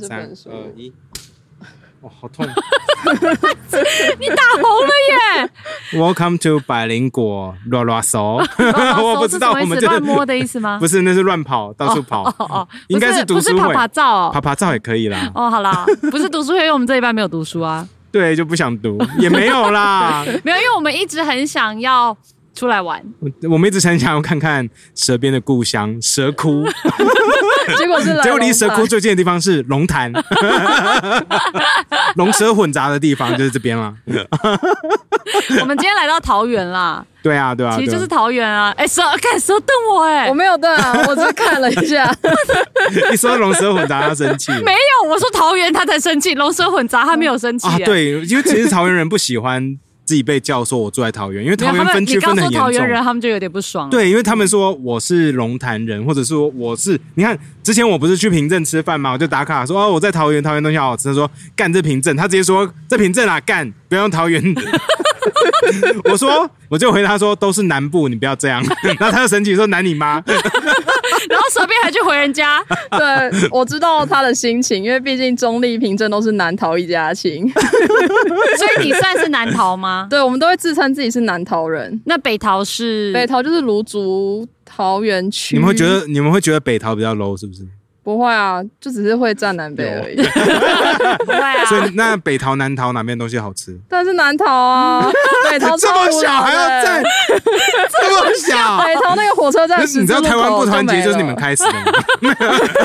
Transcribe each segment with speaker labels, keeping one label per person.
Speaker 1: 这
Speaker 2: 三呃
Speaker 1: 本书。
Speaker 2: 二一，哇，好痛
Speaker 3: 你打红了耶！
Speaker 2: ！Welcome to 百灵果拉拉 手， 我不知道
Speaker 3: 手
Speaker 2: 我
Speaker 3: 是
Speaker 2: 们
Speaker 3: 什么意思
Speaker 2: 这
Speaker 3: 乱摸的意思吗？
Speaker 2: 不是，那是乱跑，到处跑，
Speaker 3: 哦哦，
Speaker 2: 应该
Speaker 3: 不
Speaker 2: 是
Speaker 3: 是
Speaker 2: 读书
Speaker 3: 不是
Speaker 2: 会
Speaker 3: 爬爬照
Speaker 2: 爬
Speaker 3: 哦。
Speaker 2: 爬照也可以啦。
Speaker 3: 哦，好啦，不是读书会，因为我们这一班没有读书啊，
Speaker 2: 对，就不想读，也没有啦。
Speaker 3: 没有，因为我们一直很想要出来玩，
Speaker 2: 我我们一直很想要看看蛇边的故乡蛇窟，
Speaker 1: 结果是来
Speaker 2: 结果离蛇窟
Speaker 1: 龙潭
Speaker 2: 最近的地方是龙 潭， 龙蛇混杂的地方就是这边啦。
Speaker 3: 我们今天来到桃园啦，
Speaker 2: 对啊，对啊，
Speaker 3: 其实
Speaker 2: 对
Speaker 3: 就
Speaker 2: 啊
Speaker 3: 是桃园啊。哎，蛇，看蛇瞪我，哎
Speaker 1: 我，没有瞪啊，我只是看了一下。
Speaker 2: 啊一说龙蛇混杂，他生气。
Speaker 3: 没有，我说桃园他才生气，龙蛇混杂他没有生气
Speaker 2: 啊，
Speaker 3: 耶。
Speaker 2: 对，因为其实桃园人不喜欢自己被叫说我住在桃园，因为
Speaker 3: 没有，
Speaker 2: 桃
Speaker 3: 他
Speaker 2: 园
Speaker 3: 们
Speaker 2: 分
Speaker 3: 你
Speaker 2: 区
Speaker 3: 刚
Speaker 2: 分的
Speaker 3: 说
Speaker 2: 很
Speaker 3: 桃园
Speaker 2: 严
Speaker 3: 人，
Speaker 2: 重。
Speaker 3: 他们就有点不爽。，
Speaker 2: 对，因为他们说我是龙潭人，或者说我是，你看之前我不是去平镇吃饭嘛，我就打卡说哦我在桃园，桃园东西好好吃。他说干这平镇，他直接说这平镇啊干，不要用桃园。 我说我就回答说都是南部，你不要这样。 然后他就生气说南你妈，
Speaker 3: 然后蛇便还去回人 家，
Speaker 1: 对，我知道他的心情，因为毕竟中立、平镇都是南桃一家亲。
Speaker 3: 所以你算是南桃吗？
Speaker 1: 对，我们都会自称自己是南桃人。
Speaker 3: 那北桃是
Speaker 1: 北桃就是芦竹桃园区。
Speaker 2: 你们会觉得你们会觉得北桃比较 low 是不是？
Speaker 1: 不会啊？就只是会站南北而已。
Speaker 3: 不会啊，
Speaker 2: 所以那北桃南桃哪边东西好吃？
Speaker 1: 但是南桃 啊，北桃
Speaker 2: 这
Speaker 1: 超
Speaker 2: 么
Speaker 1: 无
Speaker 2: 小
Speaker 1: 聊
Speaker 2: 还要
Speaker 1: 的欸
Speaker 2: 站，这么小，
Speaker 1: 北桃那个火车站
Speaker 2: 可
Speaker 1: 十字
Speaker 2: 是
Speaker 1: 路口
Speaker 2: 你知道台湾不团结就是你们
Speaker 1: 都没了
Speaker 2: 开始的吗？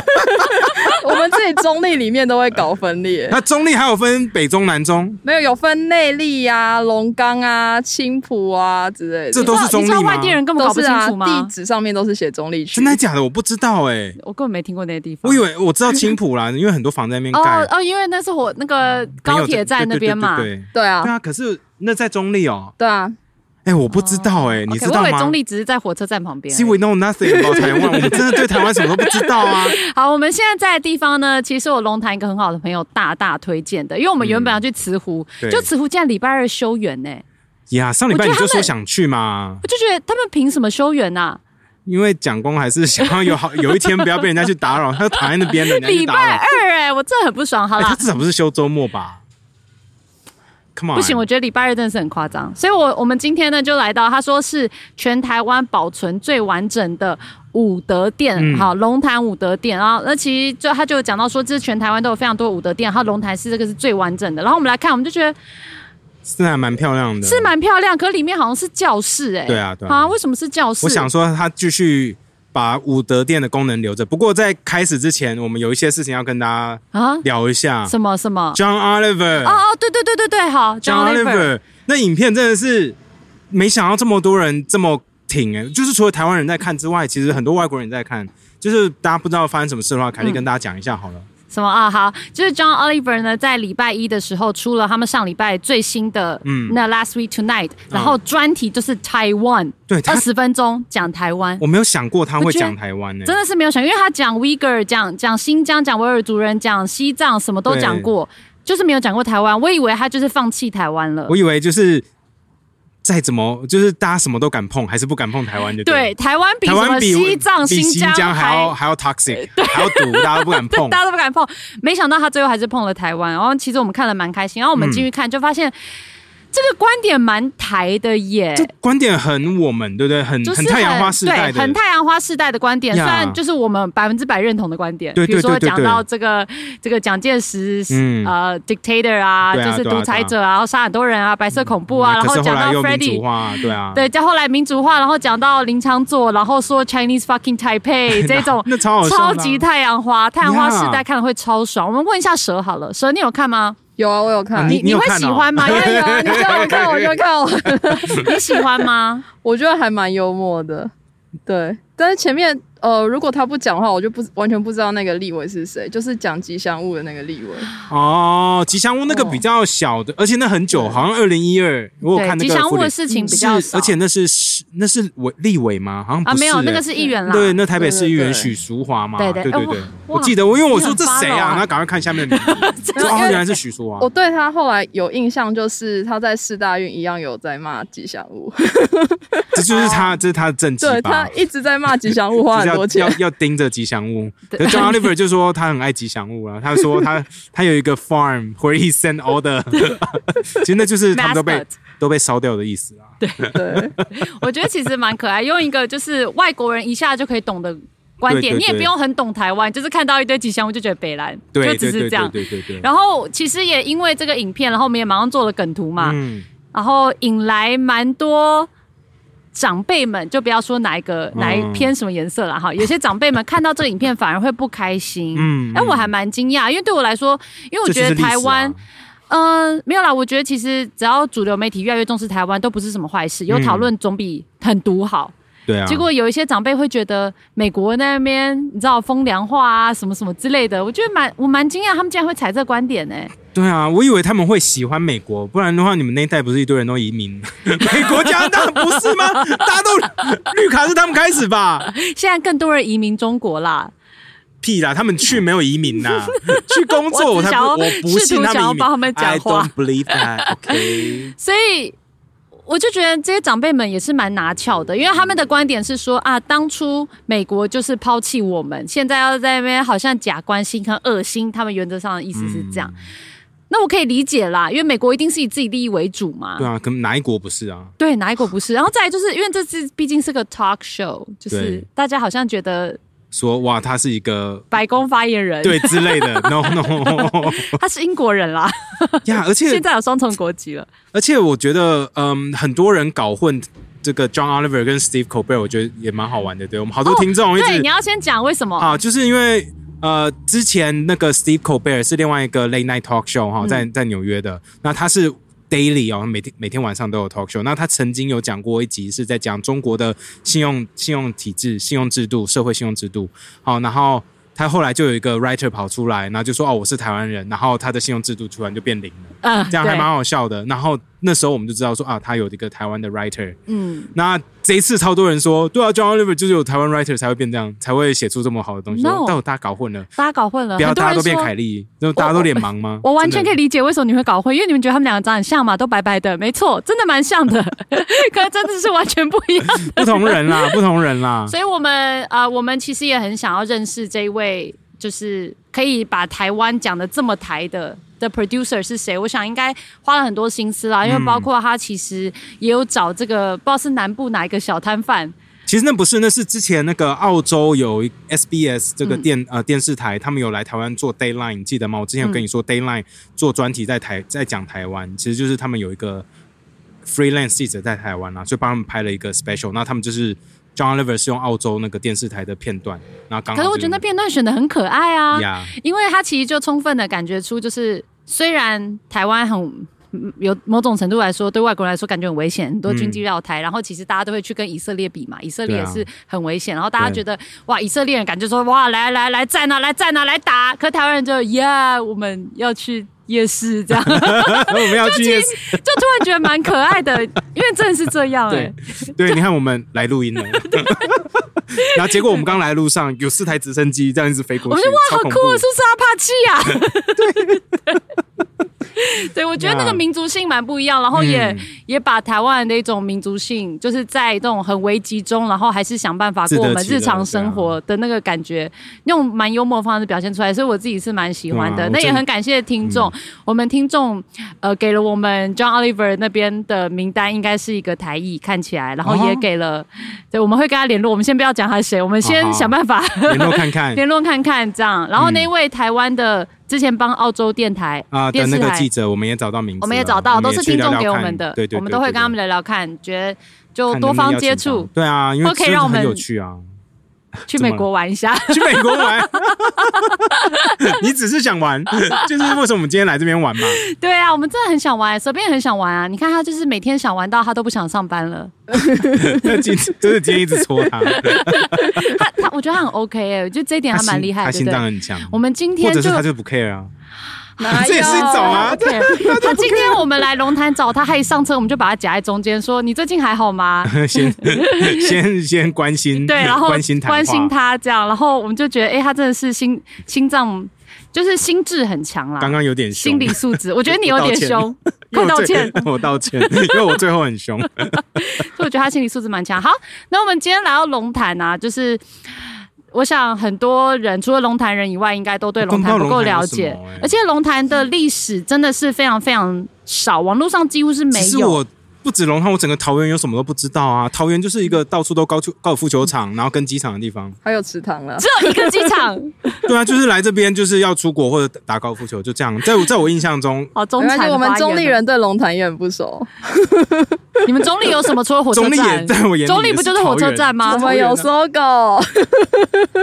Speaker 1: 我们自己中立里面都会搞分裂，
Speaker 2: 那中立还有分北中南中，
Speaker 1: 没有有分内力啊、龙岗啊、青浦啊之类的，
Speaker 2: 这都是中
Speaker 3: 你知道
Speaker 2: 立吗
Speaker 3: 外地人根本搞
Speaker 1: 都
Speaker 3: 不
Speaker 1: 是
Speaker 3: 清
Speaker 1: 啊，
Speaker 3: 楚吗？
Speaker 1: 地址上面都是写中立区
Speaker 2: 真。的假的？我不知道哎、
Speaker 3: 我根本没听过那些地方。
Speaker 2: 我以为我知道青浦啦，因为很多房在那边盖
Speaker 3: 哦，哦，因为那是我那个
Speaker 2: 嗯朋友
Speaker 3: 高铁站那边嘛。
Speaker 2: 对对对对
Speaker 1: 对啊
Speaker 2: 对，啊，可是那在中立哦，
Speaker 1: 对啊，
Speaker 2: 哎，我不知道哎，
Speaker 3: 哦 OK，
Speaker 2: 你知道
Speaker 3: 我以为
Speaker 2: 吗
Speaker 3: 中立只是在火车站旁边
Speaker 2: See。we know nothing about 台湾， 我们真的对台湾什么都不知道啊。
Speaker 3: 好，我们现在在的地方呢，其实我龙潭一个很好的朋友大大推荐的，因为我们原本要去慈湖，
Speaker 2: 嗯对
Speaker 3: 就慈湖竟然礼拜二休园呢、
Speaker 2: 呀，上礼拜
Speaker 3: 我觉
Speaker 2: 你
Speaker 3: 得
Speaker 2: 就
Speaker 3: 他
Speaker 2: 说
Speaker 3: 们
Speaker 2: 想去嘛，
Speaker 3: 我就觉得他们凭什么休园啊呐、
Speaker 2: 因为蒋公还是想要有好有一天不要被人家去打扰，他就躺在那边了，人家去
Speaker 3: 礼拜
Speaker 2: 打扰。
Speaker 3: 二哎、我真的很不爽。好
Speaker 2: 哎，
Speaker 3: 啦
Speaker 2: 他，至少不是休周末吧？Come on，
Speaker 3: 不行，我觉得礼拜日真的是很夸张。所以我，我们今天呢就来到，他说是全台湾保存最完整的武德殿，
Speaker 2: 嗯
Speaker 3: 好，龙潭武德殿。然后，那其实就他就有讲到说，这是全台湾都有非常多的武德殿，然后龙潭是这个是最完整的。然后我们来看，我们就觉得
Speaker 2: 是还蛮漂亮的，
Speaker 3: 是蛮漂亮，可里面好像是教室哎、
Speaker 2: 对啊对啊
Speaker 3: 啊，为什么是教室？
Speaker 2: 我想说，他继续把武德殿的功能留着。不过在开始之前，我们有一些事情要跟大家
Speaker 3: 啊，
Speaker 2: 聊一下。
Speaker 3: 什么什么？
Speaker 2: John Oliver，、
Speaker 3: 哦哦，对对对对对，好
Speaker 2: John
Speaker 3: Oliver，
Speaker 2: Oliver，那影片真的是没想到这么多人这么挺哎、就是除了台湾人在看之外，其实很多外国人在看。就是大家不知道发生什么事的话，凯莉跟大家讲一下好了。
Speaker 3: 什么啊？好，就是 John Oliver 呢，在礼拜一的时候出了他们上礼拜最新的
Speaker 2: 嗯
Speaker 3: 那 Last Week Tonight，、然后专题就是台 湾，
Speaker 2: 对他
Speaker 3: 二，十分钟讲台湾。
Speaker 2: 我没有想过他会
Speaker 3: 哦我觉得
Speaker 2: 讲台湾呢、哎
Speaker 3: 真的是没有想，因为他讲 Uyghur，讲讲新疆，讲维吾尔族人，讲西藏，什么都讲过，就是没有讲过台湾。我以为他就是放弃台湾了
Speaker 2: 我。以为就是再怎么，就是大家什么都敢碰，还是不敢碰台湾就对。
Speaker 3: 对，台湾比
Speaker 2: 台
Speaker 3: 什么
Speaker 2: 湾比
Speaker 3: 西藏、
Speaker 2: 比新
Speaker 3: 疆
Speaker 2: 还要还要 toxic，还要毒，大家都不敢碰。
Speaker 3: 大家都不敢碰。没想到他最后还是碰了台湾，然后其实我们看了蛮开心，然后
Speaker 2: 嗯
Speaker 3: 我们进去看就发现、这个观点蛮台的耶。
Speaker 2: 这观点很我们，对不对？很、
Speaker 3: 就是
Speaker 2: 嗯很太阳花世代
Speaker 3: 对，
Speaker 2: 的
Speaker 3: 很，太阳花世代的观点，
Speaker 2: 呀
Speaker 3: 虽然就是我们百分之百认同的观点，
Speaker 2: 对
Speaker 3: 比如
Speaker 2: 对
Speaker 3: 说
Speaker 2: 对对
Speaker 3: 讲到这个这个蒋介石，
Speaker 2: 嗯
Speaker 3: 呃，dictator 啊，
Speaker 2: 对啊
Speaker 3: 就是
Speaker 2: 对啊
Speaker 3: 独裁者啊，然后杀很多人啊，白色恐怖啊，然
Speaker 2: 嗯可是
Speaker 3: 讲
Speaker 2: 来
Speaker 3: 到
Speaker 2: 又民
Speaker 3: Freddie
Speaker 2: 主。化，对啊，
Speaker 3: 对，再后来民主化，然后讲到林昌佐，然后说 Chinese fucking Taipei 这种
Speaker 2: 那超好笑的啊
Speaker 3: 超级太阳花，太阳花世代
Speaker 2: Yeah
Speaker 3: 看了会超爽。我们问一下蛇好了，蛇你有看吗？
Speaker 1: 有啊，我有看。
Speaker 2: 啊你
Speaker 3: 你
Speaker 2: 有
Speaker 3: 会
Speaker 2: 看哦
Speaker 3: 喜欢 吗？因
Speaker 1: 哎
Speaker 3: 为
Speaker 1: 呀，你看我看我就看我，
Speaker 3: 你喜欢吗？
Speaker 1: 我觉得还蛮幽默的。对，但是前面呃，如果他不讲话，我就不完全不知道那个立委是谁，就是讲吉祥物的那个立委。
Speaker 2: 哦，吉祥物那个比较小的，而且那很久，好像二零一二，我有看那
Speaker 3: 对，
Speaker 2: 个
Speaker 3: 吉祥物
Speaker 2: 复
Speaker 3: 的
Speaker 2: 联
Speaker 3: 事情比较
Speaker 2: 是
Speaker 3: 少，
Speaker 2: 而且那是是那是委立委吗？好像不
Speaker 3: 啊，
Speaker 2: 是
Speaker 3: 没有，
Speaker 2: 欸
Speaker 3: 那个是议员啦。
Speaker 2: 对，那台北市议员
Speaker 1: 对对对
Speaker 2: 许淑华嘛，
Speaker 3: 对
Speaker 2: 对
Speaker 3: 对
Speaker 2: 对
Speaker 3: 哎
Speaker 2: 对，
Speaker 3: 哇
Speaker 2: 我记得我因为我
Speaker 3: 你
Speaker 2: 说
Speaker 3: 很
Speaker 2: 这谁
Speaker 3: follow
Speaker 2: 啊，
Speaker 3: 啊
Speaker 2: 然后赶快看下面的名 字，说哦
Speaker 1: 因为
Speaker 2: 原来是许淑华
Speaker 1: 我，对他后来有印象，就是他在四大运一样有在骂吉祥物，
Speaker 2: 这就是他，这是他的政绩
Speaker 1: 对
Speaker 2: 吧
Speaker 1: 他。一直在骂吉祥物，花
Speaker 2: 就
Speaker 1: 很
Speaker 2: 是要
Speaker 1: 多钱
Speaker 2: 要。要盯着吉祥 物。可是 John Oliver 就说他很爱吉祥物啊，他说他他有一个 farm where he send all the，其 实那就是他们都被
Speaker 3: Mascot
Speaker 2: 都被烧掉的意思啊。
Speaker 1: 对，
Speaker 3: 我觉得其实蛮可爱，用一个就是外国人一下就可以懂的观点，
Speaker 2: 对对对
Speaker 3: 你也不用很懂台湾，就是看到一堆吉祥物就觉得北兰，
Speaker 2: 对
Speaker 3: 就
Speaker 2: 对对
Speaker 3: 只是这
Speaker 2: 对
Speaker 3: 样。
Speaker 2: 对对对。
Speaker 3: 然后其实也因为这个影片，然后我们也马上做了梗图嘛，
Speaker 2: 嗯，
Speaker 3: 然后引来蛮多长辈们，就不要说哪一个、
Speaker 2: 嗯
Speaker 3: 哪一篇什么颜 色了哈，有些长辈们看到这个影片反而会不开心。
Speaker 2: 嗯
Speaker 3: 嗯，哎，我还蛮惊讶，因为对我来说，因为我
Speaker 2: 这就
Speaker 3: 觉
Speaker 2: 是
Speaker 3: 得
Speaker 2: 历史啊
Speaker 3: 台湾。嗯，没有啦。我觉得其实只要主流媒体越来越重视台湾，都不是什么坏事。有讨论总比很毒好。
Speaker 2: 对啊，
Speaker 3: 结果有一些长辈会觉得美国那边你知道风凉话啊什么什么之类的，我觉得蛮我蛮惊讶，他们竟然会踩这个观点呢、
Speaker 2: 对啊，我以为他们会喜欢美国，不然的话，你们那一代不是一堆人都移民 美国、加拿大，不是吗？大家都绿卡是他们开始吧？
Speaker 3: 现在更多人移民中国啦，
Speaker 2: 屁啦，他们去没有移民呐，去工作
Speaker 3: 我
Speaker 2: 我
Speaker 3: 只
Speaker 2: 才
Speaker 3: 想
Speaker 2: 不，
Speaker 3: 要
Speaker 2: 我不信他
Speaker 3: 试图想
Speaker 2: 们移
Speaker 3: 要
Speaker 2: 民。
Speaker 3: 帮他们讲
Speaker 2: I
Speaker 3: 话
Speaker 2: don't believe that. OK，
Speaker 3: 所以我就觉得这些长辈们也是蛮拿巧的，因为他们的观点是说啊，当初美国就是抛弃我们，现在要在那边好像假关心跟恶心，他们原则上的意思是这样。那我可以理解啦，因为美国一定是以自己利益为主嘛。
Speaker 2: 对啊，可能哪一国不是啊？
Speaker 3: 对，哪一国不是？然后再来就是因为这次毕竟是个 talk show，就是
Speaker 2: 对
Speaker 3: 大家好像觉得
Speaker 2: 说哇，他是一个
Speaker 3: 白宫发言人，
Speaker 2: 对之类的，no no
Speaker 3: 他是英国人啦，
Speaker 2: 呀，而且
Speaker 3: 现在有双重国籍了。
Speaker 2: 而且我觉得，嗯，很多人搞混这个 John Oliver 跟 Steve Colbert，我觉得也蛮好玩的。对我们好多听众一直、
Speaker 3: 哦对，你要先讲为什么？
Speaker 2: 啊，就是因为呃，之前那个 Steve Colbert 是另外一个 late night talk show
Speaker 3: 嗯
Speaker 2: 哈，在在纽约的，那他是。daily 哦，每天每天晚上都有 talk show。那他曾经有讲过一集是在讲中国的信用信用体制、信用制度、社会信用制度。好，然后他后来就有一个 writer 跑出来，然后就说哦，我是台湾人，然后他的信用制度突然就变零了。
Speaker 3: 嗯，
Speaker 2: 这样还
Speaker 3: 对
Speaker 2: 蛮好笑的。然后那时候我们就知道说啊，他有一个台湾的 writer。
Speaker 3: 嗯。
Speaker 2: 那这一次超多人说，对啊，John Oliver 就是有台湾 writer 才会变这样，才会写出这么好的东西。
Speaker 3: No
Speaker 2: 但我大家搞混了，
Speaker 3: 大家搞混了，
Speaker 2: 不要
Speaker 3: 很多
Speaker 2: 大家
Speaker 3: 人
Speaker 2: 都变
Speaker 3: 说
Speaker 2: 凯莉，就大家都脸盲吗？
Speaker 3: 我完全可以
Speaker 2: 以。
Speaker 3: 理解为什么你会搞混，因为你们觉得他们两个长得很像嘛，都白白的，没错，真的蛮像 的，可是真的是完全不一样。
Speaker 2: 不同人啦，不同人啦。
Speaker 3: 所以我们呃，我们其实也很想要认识这一位，就是可以把台湾讲的这么台的。的 producer 是谁？我想应该花了很多心思啦，因为包括他其实也有找这个，不知道是南部哪一个小摊贩，
Speaker 2: 其实那不是，那是之前那个澳洲有一 SBS 这个
Speaker 3: 嗯
Speaker 2: 电、呃电视台，他们有来台湾做 d a y l i n e 你记得吗？我之前
Speaker 3: 嗯
Speaker 2: 有跟你说 d a y l i n e 做专题在台在讲台湾，其实就是他们有一个 freelance 记者在台湾啦、所以帮他们拍了一个 special。那他们就是 John Oliver 是用澳洲那个电视台的片段，然后刚好
Speaker 3: 可是我觉得那片段选的很可爱啊
Speaker 2: 就是呀
Speaker 3: 因为他其实就充分的感觉出，就是虽然台湾很。嗯有某种程度来说，对外国人来说感觉很危险，很多军机绕台，然后其实大家都会去跟以色列比嘛，以色列
Speaker 2: 嗯对
Speaker 3: 也
Speaker 2: 啊
Speaker 3: 是很危险，然后大家
Speaker 2: 对
Speaker 3: 觉得哇，以色列人感觉说哇，来来来战啊，来战啊，来打，可台湾人就耶我们要去夜市这样， 就突
Speaker 2: 我们要去 夜市
Speaker 3: 然觉得蛮可爱的，因为真的是这样哎、
Speaker 2: 对对，你看我们来录音 了， 然后结果我们刚来路上有四台直升机这样一直飞过
Speaker 3: 我
Speaker 2: 去，
Speaker 3: 们就哇，
Speaker 2: 超
Speaker 3: 好
Speaker 2: 恐
Speaker 3: 酷
Speaker 2: 怖
Speaker 3: 哦，是不是阿帕契啊？ 对，对，我觉得那个
Speaker 2: Yeah
Speaker 3: 民族性蛮不一样，然后也、
Speaker 2: 嗯
Speaker 3: 也把台湾的一种民族性，就是在这种很危机中，然后还是想办法
Speaker 2: 自
Speaker 3: 过
Speaker 2: 得
Speaker 3: 我们
Speaker 2: 其乐
Speaker 3: 日常生活
Speaker 2: 啊
Speaker 3: 的那个感觉，用蛮幽默的方式表现出来，所以我自己是蛮喜欢
Speaker 2: 对啊
Speaker 3: 的。
Speaker 2: 我
Speaker 3: 那也
Speaker 2: 真嗯
Speaker 3: 很感谢听众，我们听众呃给了我们 John Oliver 那边的名单，应该是一个台裔看起来，然后也
Speaker 2: 哦
Speaker 3: 给了，对，我们会跟他联络，我们先不要讲他是谁，我们
Speaker 2: 好
Speaker 3: 先
Speaker 2: 好
Speaker 3: 想办法
Speaker 2: 联络看看
Speaker 3: 联络看看这样。然后那位台湾的之前帮澳洲电台
Speaker 2: 啊的
Speaker 3: 电
Speaker 2: 那
Speaker 3: 视
Speaker 2: 个
Speaker 3: 台
Speaker 2: 记，者，我们也找到名字了，
Speaker 3: 我们也找到，
Speaker 2: 我
Speaker 3: 都
Speaker 2: 们
Speaker 3: 是
Speaker 2: 也去
Speaker 3: 听
Speaker 2: 聊
Speaker 3: 众
Speaker 2: 聊
Speaker 3: 给我
Speaker 2: 看
Speaker 3: 们的
Speaker 2: 对对，对
Speaker 3: 我们都会
Speaker 2: 对
Speaker 3: 跟他
Speaker 2: 对
Speaker 3: 们聊聊看，觉得
Speaker 2: 看
Speaker 3: 就
Speaker 2: 能不
Speaker 3: 多
Speaker 2: 能
Speaker 3: 方
Speaker 2: 邀
Speaker 3: 接
Speaker 2: 请到
Speaker 3: 触，
Speaker 2: 对啊，因为
Speaker 3: 或可
Speaker 2: 真
Speaker 3: 以
Speaker 2: 的
Speaker 3: 让我
Speaker 2: 很
Speaker 3: 们
Speaker 2: 有趣啊，
Speaker 3: 去美国玩 一下。
Speaker 2: 去美国玩。你只是想玩，就是为什么我们今天来这边玩嘛？
Speaker 3: 对啊，我们真的很想玩，手边也很想玩啊！你看他就是每天想玩到他都不想上班了，
Speaker 2: 那今就是今天一直戳 他，
Speaker 3: 他他我觉得他很 OK 哎、我觉得这一点
Speaker 2: 他
Speaker 3: 他蛮
Speaker 2: 心
Speaker 3: 厉害，
Speaker 2: 他
Speaker 3: 对
Speaker 2: 心
Speaker 3: 不
Speaker 2: 脏
Speaker 3: 对？
Speaker 2: 很强，
Speaker 3: 我们今
Speaker 2: 或
Speaker 3: 天
Speaker 2: 者
Speaker 3: 就是哦
Speaker 2: 他就不 care 啊。
Speaker 1: 哪有
Speaker 2: 这也是一种啊
Speaker 3: OK，那今天我们来龙潭找他，他一上车我们就把他夹在中间，说你最近还好吗？
Speaker 2: 先先先关心，
Speaker 3: 对，然后
Speaker 2: 关心谈话
Speaker 3: 关心。他这样，然后我们就觉得，哎、他真的是心心脏就是心智很强啦，
Speaker 2: 刚刚有点凶，
Speaker 3: 心理素质，我觉得 你有点凶，
Speaker 2: 因为
Speaker 3: 快
Speaker 2: 我
Speaker 3: 道
Speaker 2: 最
Speaker 3: 歉。，
Speaker 2: 我道歉，因为我最后很凶。
Speaker 3: 所以我觉得他心理素质蛮强。好，那我们今天来到龙潭啊，就是我想很多人除了龙潭人以外，应该都对龙潭不够了
Speaker 2: 我
Speaker 3: 解
Speaker 2: 根本不知道龙潭有什么欸，
Speaker 3: 而且龙潭的历史真的是非常非常少，网络上几乎是
Speaker 2: 其
Speaker 3: 没
Speaker 2: 实
Speaker 3: 有。
Speaker 2: 我不止龙潭，我整个桃园有什么都不知道啊。桃园就是一个到处都高球高尔夫球场，然后跟机场的地方。
Speaker 1: 还有池塘了。
Speaker 3: 只有一个机场，
Speaker 2: 对啊，就是来这边就是要出国或者打高尔夫球，就这样。在我在我印象中，
Speaker 3: 好中
Speaker 1: 没
Speaker 3: 产
Speaker 1: 关
Speaker 3: 发
Speaker 1: 系，
Speaker 3: 言。
Speaker 1: 我们中立，人对龙潭也很不熟。
Speaker 3: 你们中立有什么？除了火车
Speaker 2: 中立也
Speaker 3: 站，
Speaker 2: 在我眼里，
Speaker 3: 中立不就是火车站？ 吗
Speaker 1: 我？们有
Speaker 2: 啊
Speaker 1: 搜狗，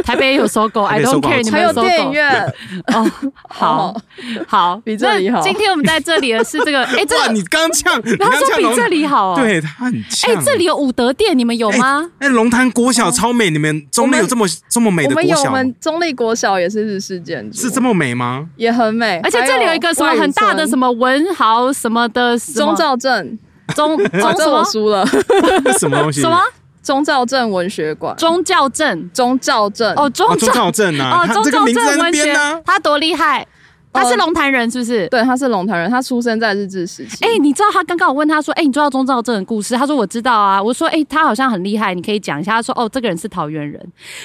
Speaker 3: 台北也有搜狗
Speaker 2: 台
Speaker 3: ，I
Speaker 2: 北搜
Speaker 3: don't
Speaker 2: 狗
Speaker 3: care，你
Speaker 1: 还
Speaker 3: 们
Speaker 1: 有
Speaker 3: 搜狗
Speaker 1: 电影 院。
Speaker 3: 哦，好 好，
Speaker 1: 比这里
Speaker 3: 那
Speaker 1: 好
Speaker 3: 今天我们在这里的是这个，哎，这
Speaker 2: 哇，
Speaker 3: 个
Speaker 2: 你刚呛，你
Speaker 3: 他
Speaker 2: 刚
Speaker 3: 说
Speaker 2: 呛
Speaker 3: 比
Speaker 2: 龙
Speaker 3: 这
Speaker 2: 潭，
Speaker 3: 里好哦，
Speaker 2: 对他很呛。
Speaker 3: 哎，这里有哦武德殿，你们有吗？
Speaker 2: 哎，龙潭国小超美，你们中立有这么这么美
Speaker 1: 我
Speaker 2: 的
Speaker 1: 们
Speaker 2: 国
Speaker 1: 有我
Speaker 2: 小吗？
Speaker 1: 们中立国小也是日式建筑，
Speaker 2: 是这么美 吗？
Speaker 1: 也很美，
Speaker 2: 哎
Speaker 3: 而且这里有一个什么很大的什
Speaker 1: 么
Speaker 3: 么文豪什么的什么
Speaker 1: 中照镇，
Speaker 3: 宗宗
Speaker 1: 啊
Speaker 3: 什
Speaker 1: 这我
Speaker 3: 么
Speaker 1: 输了，
Speaker 2: 什么东西？
Speaker 3: 什么
Speaker 1: 中照镇文学馆，
Speaker 3: 宗教镇
Speaker 1: 中照镇
Speaker 3: 哦，宗
Speaker 2: 啊？中
Speaker 3: 教
Speaker 2: 兆镇啊，
Speaker 3: 哦，
Speaker 2: 他
Speaker 3: 宗
Speaker 2: 这个
Speaker 3: 教
Speaker 2: 名字在
Speaker 3: 镇
Speaker 2: 那
Speaker 3: 文
Speaker 2: 边
Speaker 3: 学
Speaker 2: 呢，。哦
Speaker 3: 他多厉害，他是龙潭人是不是？
Speaker 1: 对，他是龙潭人，他出生在日治时期。
Speaker 3: 哎、你知道他刚刚我问他说，哎、你知道宗兆镇的故事？他说我知道啊。我说，哎、他好像很厉害，你可以讲一下。他说，哦，这个人是桃园人。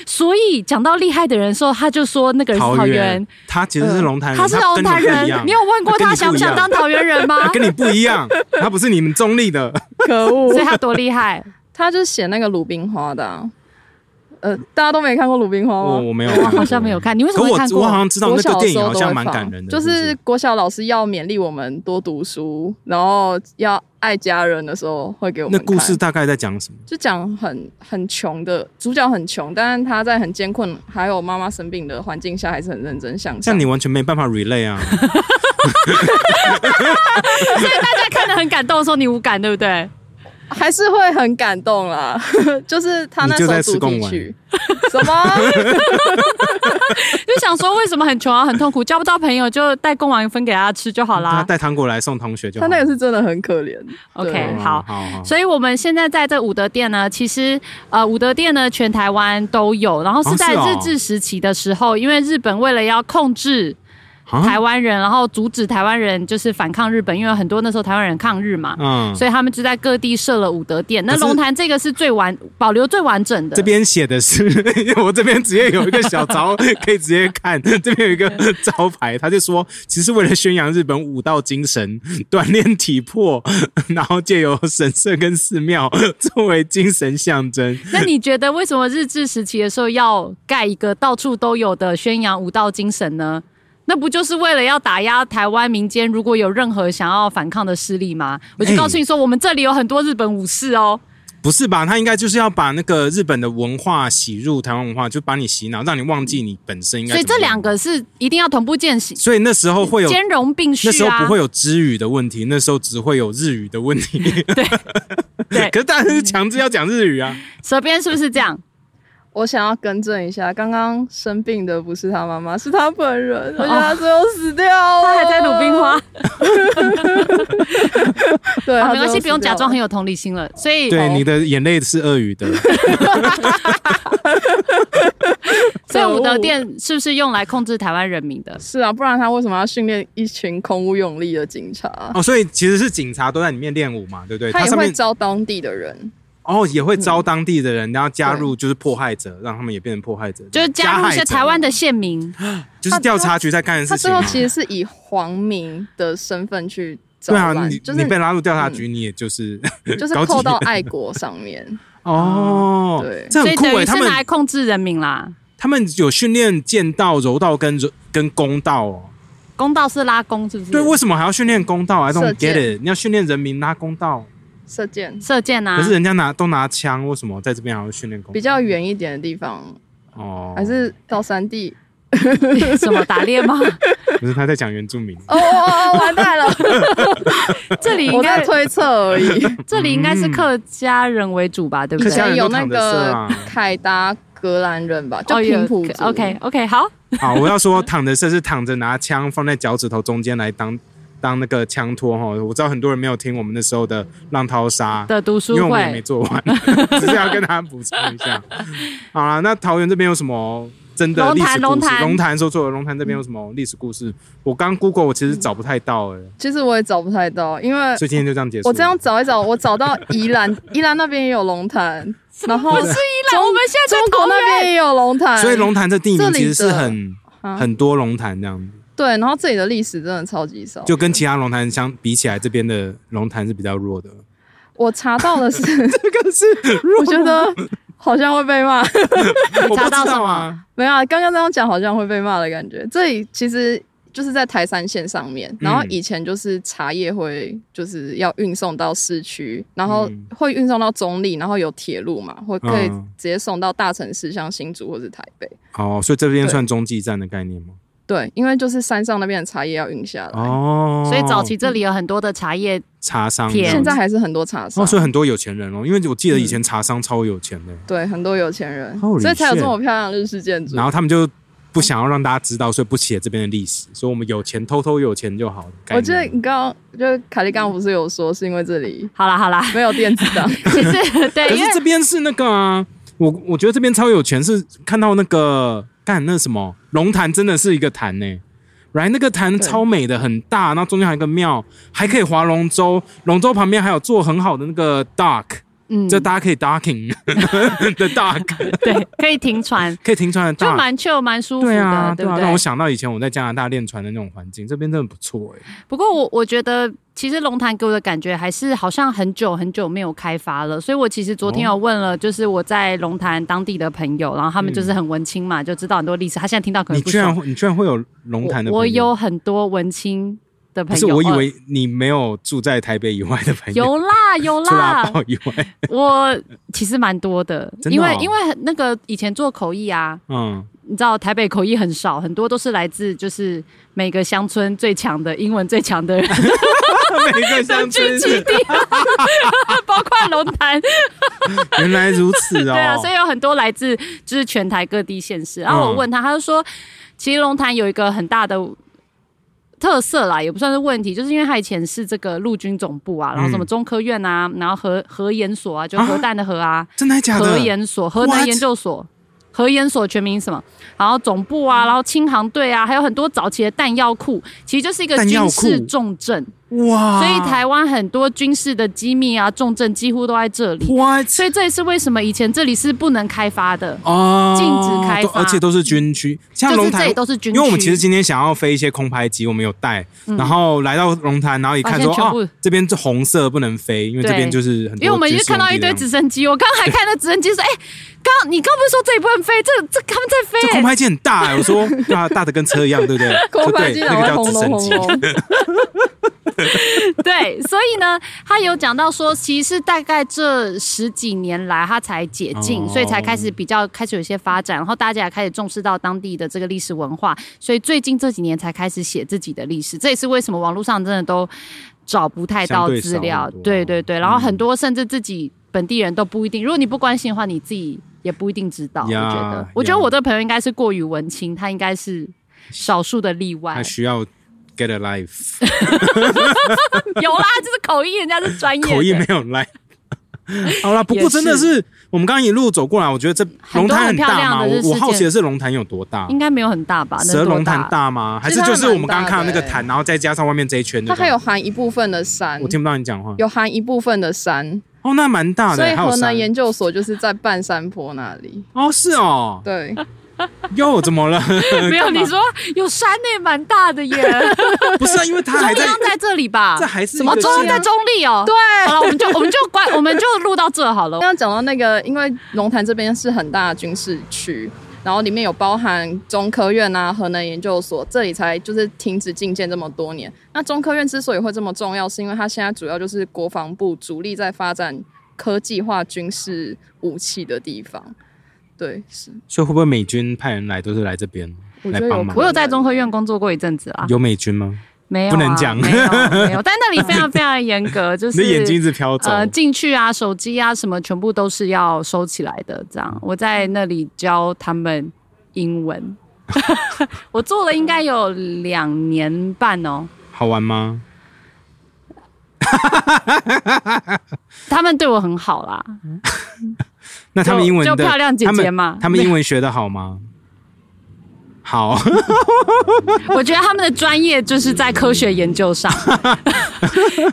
Speaker 3: 所以讲到厉害的人的时候，他就说那个人是桃园嗯
Speaker 2: 园，，他其实是龙潭人，
Speaker 3: 他是龙潭
Speaker 2: 跟你不一
Speaker 3: 人。
Speaker 2: 样
Speaker 3: 你有问过他想不想当？桃园人 吗
Speaker 2: 啊他？跟你不一样他跟你不一样，他不是你们中立的，
Speaker 1: 可恶
Speaker 3: 所以，他多厉害，
Speaker 1: 他就是写那个鲁冰花的啊、呃，大家都没看过鲁冰花
Speaker 2: 我
Speaker 1: 吗？
Speaker 2: 我没有
Speaker 3: 我，哦好像没有。看。你为什
Speaker 2: 可
Speaker 3: 么会
Speaker 2: 我
Speaker 3: 看
Speaker 2: 我好
Speaker 3: 过？
Speaker 2: 像知道
Speaker 1: 国
Speaker 2: 那
Speaker 1: 小
Speaker 2: 个
Speaker 1: 的
Speaker 2: 电
Speaker 1: 时
Speaker 2: 影
Speaker 1: 候
Speaker 2: 好
Speaker 1: 都
Speaker 2: 像
Speaker 1: 会
Speaker 2: 蛮
Speaker 1: 放
Speaker 2: 感人的，
Speaker 1: 就是国小老师要勉励我们多读书，然后要爱家人的时候会给我
Speaker 2: 那
Speaker 1: 们看
Speaker 2: 故事大概在讲什么？
Speaker 1: 就讲很很穷的主角很穷，但是他在很艰困，还有妈妈生病的环境下，还是很认真向上
Speaker 2: 像。你完全没办法 relay 啊，
Speaker 3: 大家看得很感动的时候，你无感对不对？
Speaker 1: 还是会很感动啦， 就是他那
Speaker 2: 你就在
Speaker 1: 首
Speaker 2: 吃
Speaker 1: 主
Speaker 2: 贡
Speaker 1: 题
Speaker 2: 丸
Speaker 1: 曲， 什
Speaker 2: 啊
Speaker 1: 么？
Speaker 3: 就想说为什么很穷啊，很痛苦，交不到朋友，就带贡丸分给他吃就好
Speaker 2: 他
Speaker 3: 啦。
Speaker 2: 带糖果来送同学就好
Speaker 1: 他那个是真的很可怜。
Speaker 3: OK
Speaker 1: 对啊
Speaker 2: 哦
Speaker 3: 好
Speaker 2: 好好，
Speaker 3: 所以我们现在在这武德殿呢，其实呃武德殿呢全台湾都有，然后是
Speaker 2: 哦
Speaker 3: 在
Speaker 2: 是哦
Speaker 3: 日治时期的时候，因为日本为了要控制
Speaker 2: 啊
Speaker 3: 台湾人，然后阻止台湾人就是反抗日本，因为很多那时候台湾人抗日嘛。
Speaker 2: 嗯，
Speaker 3: 所以他们就在各地设了武德殿。那
Speaker 2: 可是
Speaker 3: 龙潭这个是最完保留最完整的，
Speaker 2: 这边写的是，因为我这边直接有一个小 招可以直接看，这边有一个招牌，他就说，其实为了宣扬日本武道精神，锻炼体魄，然后借由神社跟寺庙作为精神象征。
Speaker 3: 那你觉得为什么日治时期的时候要盖一个到处都有的宣扬武道精神呢？那不就是为了要打压台湾民间如果有任何想要反抗的势力吗？我就告诉你说，我们这里有很多日本武士哦。
Speaker 2: 不是吧？他应该就是要把那个日本的文化洗入台湾文化，就把你洗脑，让你忘记你本身应该。
Speaker 3: 所以这两，个是一定要同步践行，
Speaker 2: 所以那时候会有。
Speaker 3: 兼容并蓄
Speaker 2: 那时候
Speaker 3: 啊
Speaker 2: 不。会有知语的问题，那时候只会有日语的问 题。
Speaker 3: 对
Speaker 2: 可，是大家是强制要讲日语啊。
Speaker 3: 舌边是不是这样？
Speaker 1: 我想要更正一下，刚刚生病的不是他妈妈，是他本人。我觉得他最后死掉了，
Speaker 3: 哦他还在鲁冰花，
Speaker 1: 对，
Speaker 3: 啊
Speaker 1: 他
Speaker 3: 没关系，不用假装很
Speaker 1: 有。
Speaker 3: 有同理心了。所以，
Speaker 2: 对，你的眼泪是鳄 鱼的。
Speaker 3: 所以武
Speaker 1: 可
Speaker 3: 德
Speaker 1: 恶
Speaker 3: 殿是不是用来控制台湾人民的？
Speaker 1: 是啊，不然他为什么要训练一群空无勇力的警察？
Speaker 2: 哦，所以其实是警察都在里面练武嘛，对不对？
Speaker 1: 他也
Speaker 2: 上
Speaker 1: 会
Speaker 2: 面
Speaker 1: 招当地的人，
Speaker 2: 哦也会招当地的人，然后加入就是迫害者，让他们也变成迫害者，
Speaker 3: 嗯就是加入一
Speaker 2: 加害
Speaker 3: 些
Speaker 2: 者
Speaker 3: 台湾的县民，
Speaker 2: 就是调查局在干的
Speaker 1: 他
Speaker 2: 事
Speaker 1: 最
Speaker 2: 情啊
Speaker 1: 后
Speaker 2: 嘛。
Speaker 1: 其实是以皇民的身份去招
Speaker 2: 对啊，
Speaker 1: 揽，
Speaker 2: 你
Speaker 1: 就是
Speaker 2: 你被拉入调查局，
Speaker 3: 嗯
Speaker 2: 你也就是
Speaker 1: 就是
Speaker 2: 高级
Speaker 1: 扣到爱国上面。
Speaker 2: 哦，
Speaker 1: 对
Speaker 2: 这
Speaker 3: 所
Speaker 2: 很
Speaker 3: 以
Speaker 2: 酷
Speaker 3: 等
Speaker 2: 诶。
Speaker 3: 于
Speaker 2: 他
Speaker 3: 是拿来
Speaker 2: 们
Speaker 3: 控制人民啦。
Speaker 2: 他们有训练剑道、柔道跟柔跟弓道哦。
Speaker 3: 公道是拉弓，是不是？
Speaker 2: 对，为什么还要训练弓道？I
Speaker 1: 射
Speaker 2: don't
Speaker 1: 箭
Speaker 2: get it。你要训练人民拉弓道，
Speaker 1: 射箭
Speaker 3: 射箭啊，
Speaker 2: 可是人家拿都拿枪，为什么在这边还要训练弓？
Speaker 1: 比较远一点的地方，
Speaker 2: 哦，
Speaker 1: 还是到山地。
Speaker 3: 什么打猎吗？
Speaker 2: 不是他在讲原住民？
Speaker 1: 哦哦哦，完蛋了！
Speaker 3: 这里应
Speaker 1: 我 在
Speaker 3: 该
Speaker 1: 推测而已。哎
Speaker 3: 这里应该是客家人为主吧，对不
Speaker 2: 客家
Speaker 3: 对？
Speaker 2: 人
Speaker 1: 有
Speaker 2: 都
Speaker 1: 那
Speaker 2: 躺着射
Speaker 1: 个
Speaker 2: 啊
Speaker 1: 凯达格兰人吧，就平埔族。
Speaker 3: 哦 OK OK，好，
Speaker 2: 好，我要说躺着射是躺着拿枪放在脚趾头中间来当当那个枪托哈。我知道很多人没有听我们那时候的浪淘沙，
Speaker 3: 的读书
Speaker 2: 因为我们也没
Speaker 3: 会，
Speaker 2: 做完， 只是要跟大家补充一下。好啦，那桃园这边有什么真的
Speaker 3: 龙
Speaker 2: 历
Speaker 3: 潭
Speaker 2: 史
Speaker 3: 龙
Speaker 2: 故事？
Speaker 3: 潭
Speaker 2: 龙潭说错了，龙潭这边有什么历史故事？我刚 Google，我其实找不太到哎、欸
Speaker 1: 其实我也找不太到，因为
Speaker 2: 所以今天就这样结
Speaker 1: 嗯
Speaker 2: 束。
Speaker 1: 我这样找一找，我找到宜兰， 宜兰那边也有龙潭，然后
Speaker 3: 不是宜兰，我们现在在
Speaker 1: 中国
Speaker 3: 桃
Speaker 1: 那
Speaker 3: 园。
Speaker 1: 边也有龙潭，
Speaker 2: 所以龙潭这地名其实是
Speaker 1: 这
Speaker 2: 很
Speaker 1: 啊
Speaker 2: 很多龙潭这样子，
Speaker 1: 对，然后这里的历史真的超级少。
Speaker 2: 就跟其他龙潭相比起来，这边的龙潭是比较弱的。
Speaker 1: 我查到 的是，
Speaker 2: 这个是弱
Speaker 1: 我觉得好像会被骂，
Speaker 2: 我不
Speaker 3: 查
Speaker 2: 知
Speaker 3: 到什
Speaker 2: 道
Speaker 3: 么
Speaker 2: 啊。
Speaker 1: 没有、啊，刚刚这样讲好像会被骂的感觉。这里其实就是在台山县上面，然
Speaker 2: 嗯
Speaker 1: 后以前就是茶叶会就是要运送到市区，然后
Speaker 2: 嗯
Speaker 1: 会运送到中立，然后有铁路嘛，会可以
Speaker 2: 嗯
Speaker 1: 直接送到大城市，像新竹或是台北。
Speaker 2: 哦，所以这边
Speaker 1: 对
Speaker 2: 算中继站的概念吗？
Speaker 1: 对，因为就是山上那边的茶叶要运下来，
Speaker 2: 哦，
Speaker 3: 所以早期这里有很多的茶叶，
Speaker 2: 茶商
Speaker 3: 田
Speaker 2: 这样子
Speaker 1: 现在还是很多茶商，
Speaker 2: 哦，所以很多有钱人哦，因为我记得以前茶商超有钱的，
Speaker 1: 对，很多有钱人
Speaker 2: Holy
Speaker 1: 所以才有这
Speaker 2: shit
Speaker 1: 么漂亮的日式建筑
Speaker 2: 然。后他们就不想要让大家知道，所以不写这边的历史，所以我们有钱偷偷有钱就好了。概
Speaker 1: 我
Speaker 2: 念
Speaker 1: 记得你刚刚就凯利刚刚不是有说，是因为这里
Speaker 3: 好啦好啦，
Speaker 1: 没有电子 档，
Speaker 3: 其实对，
Speaker 2: 可
Speaker 3: 因
Speaker 2: 是这
Speaker 3: 为
Speaker 2: 边是那个啊，我我觉得这边超有钱，是看到那个干那什么龙潭真的是一个潭呢、来那个潭
Speaker 1: 对
Speaker 2: 超美的，很大，然后中间还有一个庙，还可以划龙舟，龙舟旁边还有做很好的那个 dock，
Speaker 3: 嗯，
Speaker 2: 这大家可以 docking 的 dock，
Speaker 3: 对，可以停船，
Speaker 2: 可以停船的
Speaker 3: 就
Speaker 2: dock。
Speaker 3: 蛮 chill 蛮 舒服
Speaker 2: 对啊，
Speaker 3: 的，
Speaker 2: 对
Speaker 3: 不
Speaker 2: 啊，
Speaker 3: 对
Speaker 2: 让我？想到以前我在加拿大练船的那种环境，这边真的不错哎、
Speaker 3: 不过我我觉得，其实龙潭给我的感觉还是好像很久很久没有开发了，所以我其实昨天有问了，就是我在龙潭当地的朋友，然后他们就是很文青嘛，就知道很多历史。他现在听到可
Speaker 2: 你
Speaker 3: 能不
Speaker 2: 居然
Speaker 3: 爽，
Speaker 2: 会你居然会有龙潭的
Speaker 3: 我
Speaker 2: 朋
Speaker 3: 我
Speaker 2: 友
Speaker 3: 有很多文青的
Speaker 2: 不
Speaker 3: 朋
Speaker 2: 是
Speaker 3: 友，
Speaker 2: 我以
Speaker 3: 哦
Speaker 2: 为你没有住在台北以外的朋友，
Speaker 3: 有啦有
Speaker 2: 除了阿
Speaker 3: 啦，
Speaker 2: 豹以外，
Speaker 3: 我其实蛮多的，
Speaker 2: 真的
Speaker 3: 因为
Speaker 2: 哦
Speaker 3: 因为那个以前做口译啊，
Speaker 2: 嗯，
Speaker 3: 你知道台北口译很少，很多都是来自就是每个乡村最强的英文最强的人
Speaker 2: 每个
Speaker 3: 的
Speaker 2: 乡
Speaker 3: 聚
Speaker 2: 村
Speaker 3: 集地，包括龙潭。
Speaker 2: 原来如此哦，
Speaker 3: 对啊，所以有很多来自就是全台各地县市。
Speaker 2: 嗯
Speaker 3: 然后我问他，他就说，其实龙潭有一个很大的。特色啦，也不算是问题，就是因为他以前是这个陆军总部啊，然后什么
Speaker 2: 嗯
Speaker 3: 中科院啊，然后核核研所啊，就核弹的核啊
Speaker 2: 真的还假
Speaker 3: 核
Speaker 2: 的？
Speaker 3: 研所、核能
Speaker 2: What？
Speaker 3: 研究所、核研所全名什么？然后总部
Speaker 2: 嗯
Speaker 3: 啊，然后轻航队啊，还有很多早期的弹药库，其实就是一个
Speaker 2: 弹药
Speaker 3: 军
Speaker 2: 库啊
Speaker 3: 事重镇，
Speaker 2: 哇，
Speaker 3: 所以台湾很多军事的机密啊、重镇几乎都在这里。
Speaker 2: what
Speaker 3: 所以这也是为什么以前这里是不能开发的，
Speaker 2: 哦，
Speaker 3: 禁止开
Speaker 2: 都
Speaker 3: 发
Speaker 2: 而且都是军区，像
Speaker 3: 就是
Speaker 2: 龙
Speaker 3: 这
Speaker 2: 潭
Speaker 3: 里都是军区。
Speaker 2: 因为我们其实今天想要飞一些空拍机，我们有带，
Speaker 3: 嗯
Speaker 2: 然后来到龙潭，然后一看说
Speaker 3: 发现全部
Speaker 2: 哦，这边是红色不能飞，因为这
Speaker 3: 对
Speaker 2: 边就是很多
Speaker 3: 因为我们
Speaker 2: 军
Speaker 3: 就
Speaker 2: 事
Speaker 3: 看到
Speaker 2: 用地啊
Speaker 3: 一堆
Speaker 2: 这样
Speaker 3: 直升机，我刚还看到直升机说：“哎、刚你刚不是说这里不能飞？这这他们在飞、
Speaker 2: 这
Speaker 3: 哎
Speaker 2: 空拍机很大哎、我说对啊，大的跟车一样，对不对？
Speaker 1: 空白
Speaker 2: 说
Speaker 1: 机
Speaker 2: 对，
Speaker 1: 脑
Speaker 2: 那个
Speaker 1: 袋
Speaker 2: 叫
Speaker 1: 轰
Speaker 2: 直
Speaker 1: 隆
Speaker 2: 升
Speaker 1: 轰
Speaker 2: 机。
Speaker 1: 隆。
Speaker 3: 对，所以呢，他有讲到说，其实大概这十几年来，他才解禁，
Speaker 2: 哦
Speaker 3: 所以才开始比较开始有一些发展，然后大家也开始重视到当地的这个历史文化，所以最近这几年才开始写自己的历史，这也是为什么网络上真的都找不太到资
Speaker 2: 相
Speaker 3: 料
Speaker 2: 对少很。多
Speaker 3: 对对对，然后
Speaker 2: 嗯
Speaker 3: 很多甚至自己本地人都不一定，如果你不关心的话，你自己也不一定知
Speaker 2: 呀
Speaker 3: 道。我觉得
Speaker 2: 呀，
Speaker 3: 我觉得我的朋友应该是过于文青，他应该是少数的例外
Speaker 2: 还。需要 get a life，
Speaker 3: 有啦，就是口译，人家是专业的，
Speaker 2: 口译没有 life。好啦，不过真的是我们刚刚一路走过来，我觉得这
Speaker 3: 很
Speaker 2: 龙
Speaker 3: 多
Speaker 2: 潭
Speaker 3: 很
Speaker 2: 很
Speaker 3: 漂
Speaker 2: 大
Speaker 3: 亮
Speaker 2: 嘛，
Speaker 3: 的日式
Speaker 2: 我我好奇
Speaker 3: 建
Speaker 2: 的是龙潭有多大
Speaker 3: 应？该没有很大吧？能
Speaker 2: 蛇
Speaker 3: 多
Speaker 2: 龙潭？ 大吗？还是就是我们刚刚看到那个
Speaker 1: 其实它还蛮大的欸
Speaker 2: 潭，然后再加上外面这一圈的？
Speaker 1: 它还有含一部分的山
Speaker 2: 我，听不到你讲话。
Speaker 1: 有含一部分的山，
Speaker 2: 哦，那蛮大的
Speaker 1: 所以
Speaker 2: 欸，还有
Speaker 1: 河南
Speaker 2: 山。
Speaker 1: 研究所就是在半山坡那里。
Speaker 2: 哦，是哦。
Speaker 1: 对，
Speaker 2: 哟，怎么了？
Speaker 3: 没有，你说有山内蛮大 的耶，
Speaker 2: 不是啊，因为它还
Speaker 3: 中
Speaker 2: 在，
Speaker 3: 央在这里吧
Speaker 2: 这？还是
Speaker 1: 什么
Speaker 2: 一个啊
Speaker 3: 中央
Speaker 2: 县
Speaker 3: 在中立哦。
Speaker 1: 对。
Speaker 3: 好了，我们就我们就关，我们就录到这好了
Speaker 1: 刚。刚讲到那个，因为龙潭这边是很大的军事区，然后里面有包含中科院啊、核能研究所，这里才就是停止禁建这么多年。那中科院之所以会这么重要，是因为它现在主要就是国防部主力在发展科技化军事武器的地方。对， 是
Speaker 2: 所以会不会美军派人来都是来这边
Speaker 1: 我
Speaker 2: 来
Speaker 1: 觉得有
Speaker 2: 帮
Speaker 1: 可
Speaker 2: 忙
Speaker 1: 能？
Speaker 3: 我有在中科院工作过一阵子啊，
Speaker 2: 有美军吗？
Speaker 3: 没有、啊，
Speaker 2: 不能讲
Speaker 3: 没有没 有，但那里非常非常严格，就
Speaker 2: 你的
Speaker 3: 是
Speaker 2: 眼睛一直飘走，
Speaker 3: 呃，进去啊，手机啊，什么全部都是要收起来的。这
Speaker 2: 嗯
Speaker 3: 样，我在那里教他们 英文，我做了应该有两年半哦。
Speaker 2: 好玩吗？
Speaker 3: 他们对我很好啦，
Speaker 2: 那 他们
Speaker 3: 就
Speaker 2: 英文的
Speaker 3: 就漂亮姐
Speaker 2: 他
Speaker 3: 姐
Speaker 2: 们
Speaker 3: 嘛。
Speaker 2: 他们英文学的好吗？好，
Speaker 3: 我觉得他们的专业就是在科学研 究上，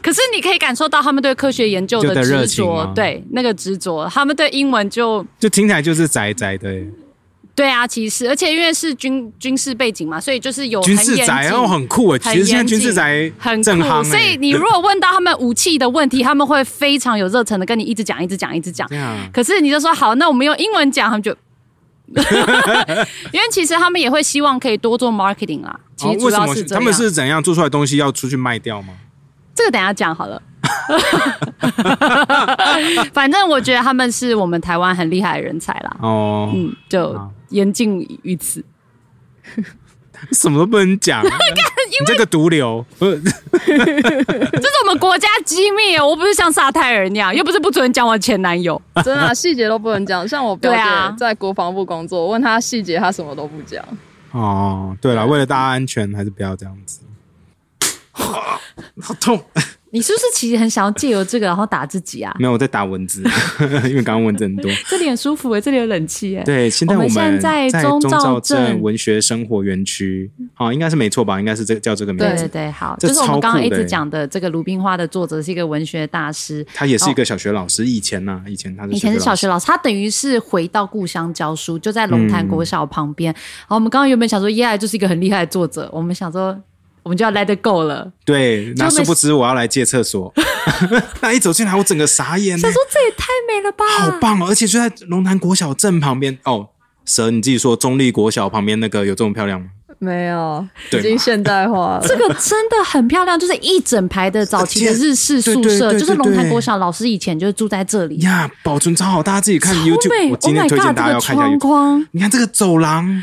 Speaker 3: 可是你可以感受到他们对科学研究
Speaker 2: 就的热
Speaker 3: 执
Speaker 2: 情啊
Speaker 3: 着
Speaker 2: 吗，
Speaker 3: 对那个执着，他们对英文就
Speaker 2: 就听起来就是宅宅的耶
Speaker 3: 对啊，其实而且因为是军军事背景嘛，所以就是有
Speaker 2: 军
Speaker 3: 很
Speaker 2: 事
Speaker 3: 严
Speaker 2: 宅，
Speaker 3: 谨
Speaker 2: 哦，很酷哎。
Speaker 3: 很
Speaker 2: 其实现在
Speaker 3: 严
Speaker 2: 军
Speaker 3: 谨
Speaker 2: 事宅
Speaker 3: 很
Speaker 2: 正
Speaker 3: 酷，
Speaker 2: 夯
Speaker 3: 所以
Speaker 2: 哎
Speaker 3: 你如果问到他们武器的问题，他们会非常有热忱的跟你一直讲，一直讲，一直讲
Speaker 2: 这。样啊
Speaker 3: 可是你就说好，那我们用英文讲，他们就， 因为其实他们也会希望可以多做 marketing 啦。 其
Speaker 2: 哦
Speaker 3: 实主
Speaker 2: 为什
Speaker 3: 要
Speaker 2: 么
Speaker 3: 是这
Speaker 2: 他
Speaker 3: 样。
Speaker 2: 们是怎样做出来的东西要出去卖掉吗？
Speaker 3: 这个等一下讲好了。 反正我觉得他们是我们台湾很厉害的人才啦。
Speaker 2: 哦，
Speaker 3: 嗯，就
Speaker 2: 好
Speaker 3: 言尽于此。
Speaker 2: 什么都不能 讲，啊你这个毒瘤， 不是
Speaker 3: 这是我们国家机密耶，我不是像撒泰尔那样，又不是不准讲我前男友。
Speaker 1: 真的啊、细节都不能讲。像我表
Speaker 3: 对啊
Speaker 1: 姐在国防部工作，我问她细节，她什么都不讲。
Speaker 2: 哦，对了，为了大家安全，还是不要这样 子。好痛！
Speaker 3: 你是不是其实很想要借由这个然后打自己啊？
Speaker 2: 没有，我在打蚊子， 因为刚刚蚊子很多。
Speaker 3: 这里很舒服哎，这里有冷气哎。
Speaker 2: 对，现在
Speaker 3: 我们
Speaker 2: 们
Speaker 3: 现在
Speaker 2: 在
Speaker 3: 中
Speaker 2: 兆
Speaker 3: 兆镇
Speaker 2: 镇文学生活园区，好，应该是没错吧？应该是这叫这个名
Speaker 3: 对对
Speaker 2: 字。
Speaker 3: 对，好，
Speaker 2: 这
Speaker 3: 就是我
Speaker 2: 超
Speaker 3: 们刚刚
Speaker 2: 酷
Speaker 3: 一
Speaker 2: 的
Speaker 3: 直
Speaker 2: 欸
Speaker 3: 讲的这个《鲁冰花》的作者是一个文学大师，
Speaker 2: 他也是一个小学老师，以前呐，以前他是
Speaker 3: 哦以前是
Speaker 2: 老
Speaker 3: 小
Speaker 2: 师
Speaker 3: 学老师，他等于是回到故乡教书，就在龙潭国小旁边。然后我们刚刚原本想说，耶、就是一个很厉害的作者，我们想说我们就要 let it go 了，
Speaker 2: 对，那
Speaker 3: 就
Speaker 2: 殊
Speaker 3: 没
Speaker 2: 不知我要来借厕 所，那一走进来我整个傻眼欸
Speaker 3: 想，说这也太美了吧，
Speaker 2: 好棒哦！而且就在龙潭国小正旁边哦，蛇你自己说，中立国小旁边那个有这么漂亮吗？
Speaker 1: 没有，
Speaker 2: 对
Speaker 1: 已经现代 化了。
Speaker 3: 这个真的很漂亮，就是一整排的早期的日式宿
Speaker 2: 对对对
Speaker 3: 舍，
Speaker 2: 对
Speaker 3: 就是龙潭国小老师以前就是住在这里，
Speaker 2: 呀，保存超好，大家自己看
Speaker 3: 超
Speaker 2: YouTube，
Speaker 3: 美
Speaker 2: 我
Speaker 3: ！Oh
Speaker 2: 今天
Speaker 3: my
Speaker 2: 推荐
Speaker 3: god，
Speaker 2: 大家
Speaker 3: 这
Speaker 2: 要
Speaker 3: 个
Speaker 2: 看一下
Speaker 3: 窗
Speaker 2: YouTube。
Speaker 3: 框，
Speaker 2: 你看这个走廊，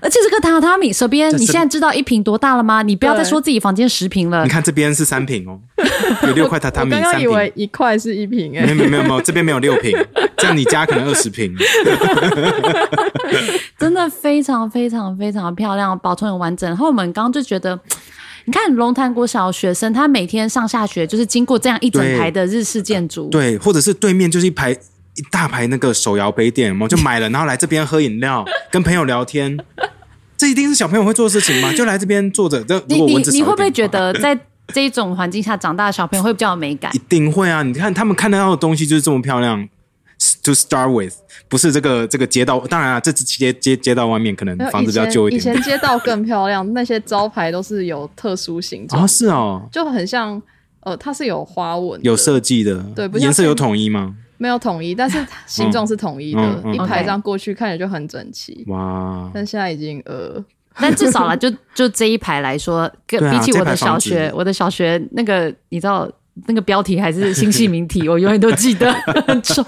Speaker 3: 而且这个榻榻米手边
Speaker 2: 这，是
Speaker 3: 你现在知道一平多大了吗？你不要再
Speaker 1: 对
Speaker 3: 说自己房间十平了
Speaker 2: 你。看这边是三平哦， 有六块榻榻
Speaker 1: 我
Speaker 2: 米，
Speaker 1: 刚
Speaker 2: 三
Speaker 1: 刚以
Speaker 2: 平。
Speaker 1: 为一块是一瓶哎、
Speaker 2: 没有没有没有没有，这边没有六 平，这样你家可能二十平。
Speaker 3: 真的非常非常非常漂亮，保存很完整。然后我们刚刚就觉得。你看龙潭国小的学生，他每天上下学就是经过这样一整排的日式建筑，
Speaker 2: 对，或者是对面就是一排一大排那个手摇杯店，有没有就买了，然后来这边喝饮料，跟朋友聊天。这一定是小朋友会做的事情吗？就来这边坐着。这如
Speaker 3: 你
Speaker 2: 果
Speaker 3: 你
Speaker 2: 蚊子少
Speaker 3: 你
Speaker 2: 一
Speaker 3: 会不会
Speaker 2: 点
Speaker 3: 觉
Speaker 2: 的话
Speaker 3: 得在这种环境下长大的小朋友会比较有美感
Speaker 2: 一？定会啊！你看他们看得到的东西就是这么漂亮。To start with，不是这个这个街道，当然啊，这街街街道外面可能
Speaker 1: 没有
Speaker 2: 房子
Speaker 1: 以
Speaker 2: 比较
Speaker 1: 前
Speaker 2: 旧一
Speaker 1: 以前
Speaker 2: 点。
Speaker 1: 街道更漂亮， 那些招牌都是有特殊形状，
Speaker 2: 哦，是哦，
Speaker 1: 就很像呃，它是有花纹的，
Speaker 2: 有设计的，
Speaker 1: 对不像
Speaker 2: 颜色有
Speaker 1: 现
Speaker 2: 统一吗？
Speaker 1: 没有统一，但是它形状是统一的，
Speaker 2: 嗯嗯嗯
Speaker 1: 一排这样过去看起来就很整齐。
Speaker 2: 哇，
Speaker 1: 但现在已经呃，
Speaker 3: 但 至少啦，就就这一排来说，跟
Speaker 2: 对啊
Speaker 3: 比起我的
Speaker 2: 这排
Speaker 3: 小
Speaker 2: 房子
Speaker 3: 学，我的小学那个你知道那个标题还是星系名题，我永远都记得很丑。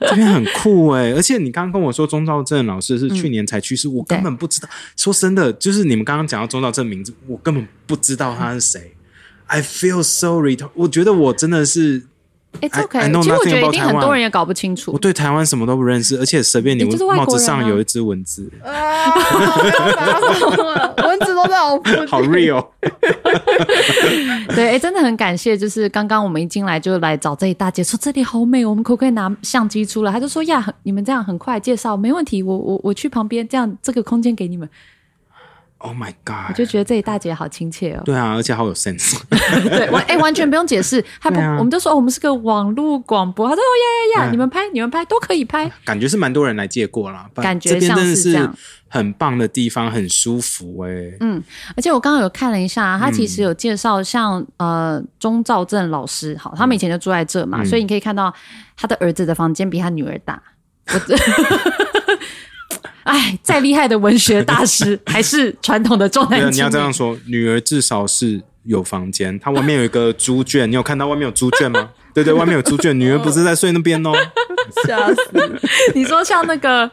Speaker 2: 这边很酷哎、而且你刚刚跟我说钟兆正老师
Speaker 3: 嗯
Speaker 2: 是去年才去世，我根本不知道。说真的，就是你们刚刚讲到钟兆正名字，我根本不知道他是谁。I feel sorry，我觉得我真的是
Speaker 3: 哎，这
Speaker 2: I- I
Speaker 3: OK，
Speaker 2: know
Speaker 3: 其实我
Speaker 2: nothing
Speaker 3: 觉得
Speaker 2: about
Speaker 3: 一定很多人也搞不清楚
Speaker 2: 我。对台湾什么都不认识，而且随便你
Speaker 3: 你就是外
Speaker 2: 帽
Speaker 3: 国
Speaker 2: 子
Speaker 3: 人
Speaker 2: 上
Speaker 3: 啊
Speaker 2: 有一只蚊子，
Speaker 1: 啊，蚊子都在我附近，
Speaker 2: 好 real。
Speaker 3: 对，哎，真的很感谢，就是刚刚我们一进来就来找这一大姐，说这里好美，我们可不可以拿相机出来？她就说呀，很你们这样很快介绍，没问题，我我我去旁边，这样这个空间给你们。
Speaker 2: Oh my
Speaker 3: 我
Speaker 2: god！
Speaker 3: 就觉得这一大姐好亲切哦，
Speaker 2: 对啊，而且好有 sense。
Speaker 3: 对，完哎、完全不用解释，她不，
Speaker 2: 对啊
Speaker 3: 我们就说、哦我们是个网络广播，她说哦呀呀呀，你们拍你们拍都可以拍，
Speaker 2: 感觉是蛮多人来借过啦，不然
Speaker 3: 感觉
Speaker 2: 这边真的
Speaker 3: 像是这
Speaker 2: 是
Speaker 3: 样
Speaker 2: 很棒的地方，很舒服哎、
Speaker 3: 而且我刚刚有看了一下，
Speaker 2: 嗯
Speaker 3: 啊他其实有介绍像、呃钟兆正老师，好，他们以前就住在这
Speaker 2: 嗯
Speaker 3: 嘛，所以你可以看到他的儿子的房间比他女儿大。我， 哎，再厉害的文学 大师，还是传统的重
Speaker 2: 对啊，
Speaker 3: 男
Speaker 2: 你
Speaker 3: 轻
Speaker 2: 要
Speaker 3: 女
Speaker 2: 这。样说，女儿至少是有房间， 她外面有一个猪圈，你有看到外面有猪圈吗？对对，外面有猪圈，女儿不是在睡那边哦。
Speaker 1: 吓死！
Speaker 3: 你说像那个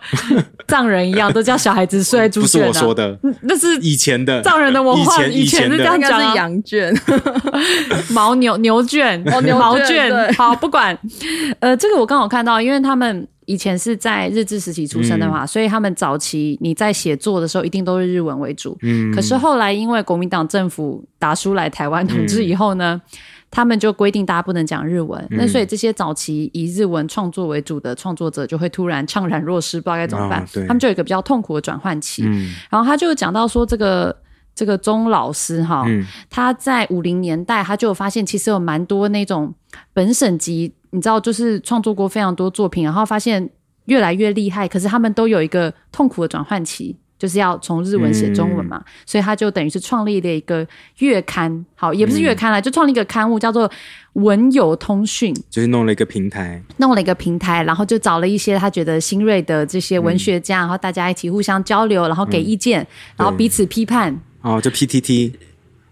Speaker 3: 藏人一样，都叫小孩子睡猪
Speaker 2: 不是
Speaker 3: 圈、啊，
Speaker 2: 我说，的，
Speaker 3: 那是
Speaker 2: 以前的
Speaker 3: 藏人的文化
Speaker 2: 以前
Speaker 3: 以前
Speaker 2: 的
Speaker 3: 是这样
Speaker 1: 应该
Speaker 3: 讲啊
Speaker 1: 是羊圈，
Speaker 3: 牦牛牛圈，
Speaker 1: 哦牛
Speaker 3: 毛
Speaker 1: 圈对
Speaker 3: 卷，好不管。呃，这个我刚好看到，因为他们以前是在日治时期出生的嘛，所以他们早期你在写作的时候一定都是日文为主。
Speaker 2: 嗯
Speaker 3: 可是后来因为国民党政府打输来台湾统治以后呢，他们就规定大家不能讲日文。那所以这些早期以日文创作为主的创作者就会突然怅然若失，不知道该怎么办
Speaker 2: 哦。对
Speaker 3: 他们就有一个比较痛苦的转换期。
Speaker 2: 嗯
Speaker 3: 然后他就讲到说这个。这个钟老师哈，
Speaker 2: 嗯
Speaker 3: 他在五零年代，他就有发现，其实有蛮多那种本省级，你知道，就是创作过非常多作品，然后发现越来越厉害，可是他们都有一个痛苦的转换期，就是要从日文写中文嘛，所以他就等于是创立了一个月刊，好，也不是月刊啦，就创立一个刊物，叫做《文友通讯》，
Speaker 2: 就是弄了一个平台，
Speaker 3: 弄了一个平台，然后就找了一些他觉得新锐的这些文学家，然后大家一起互相交流，然后给意见，然后彼此批判。
Speaker 2: 哦，就 PTT，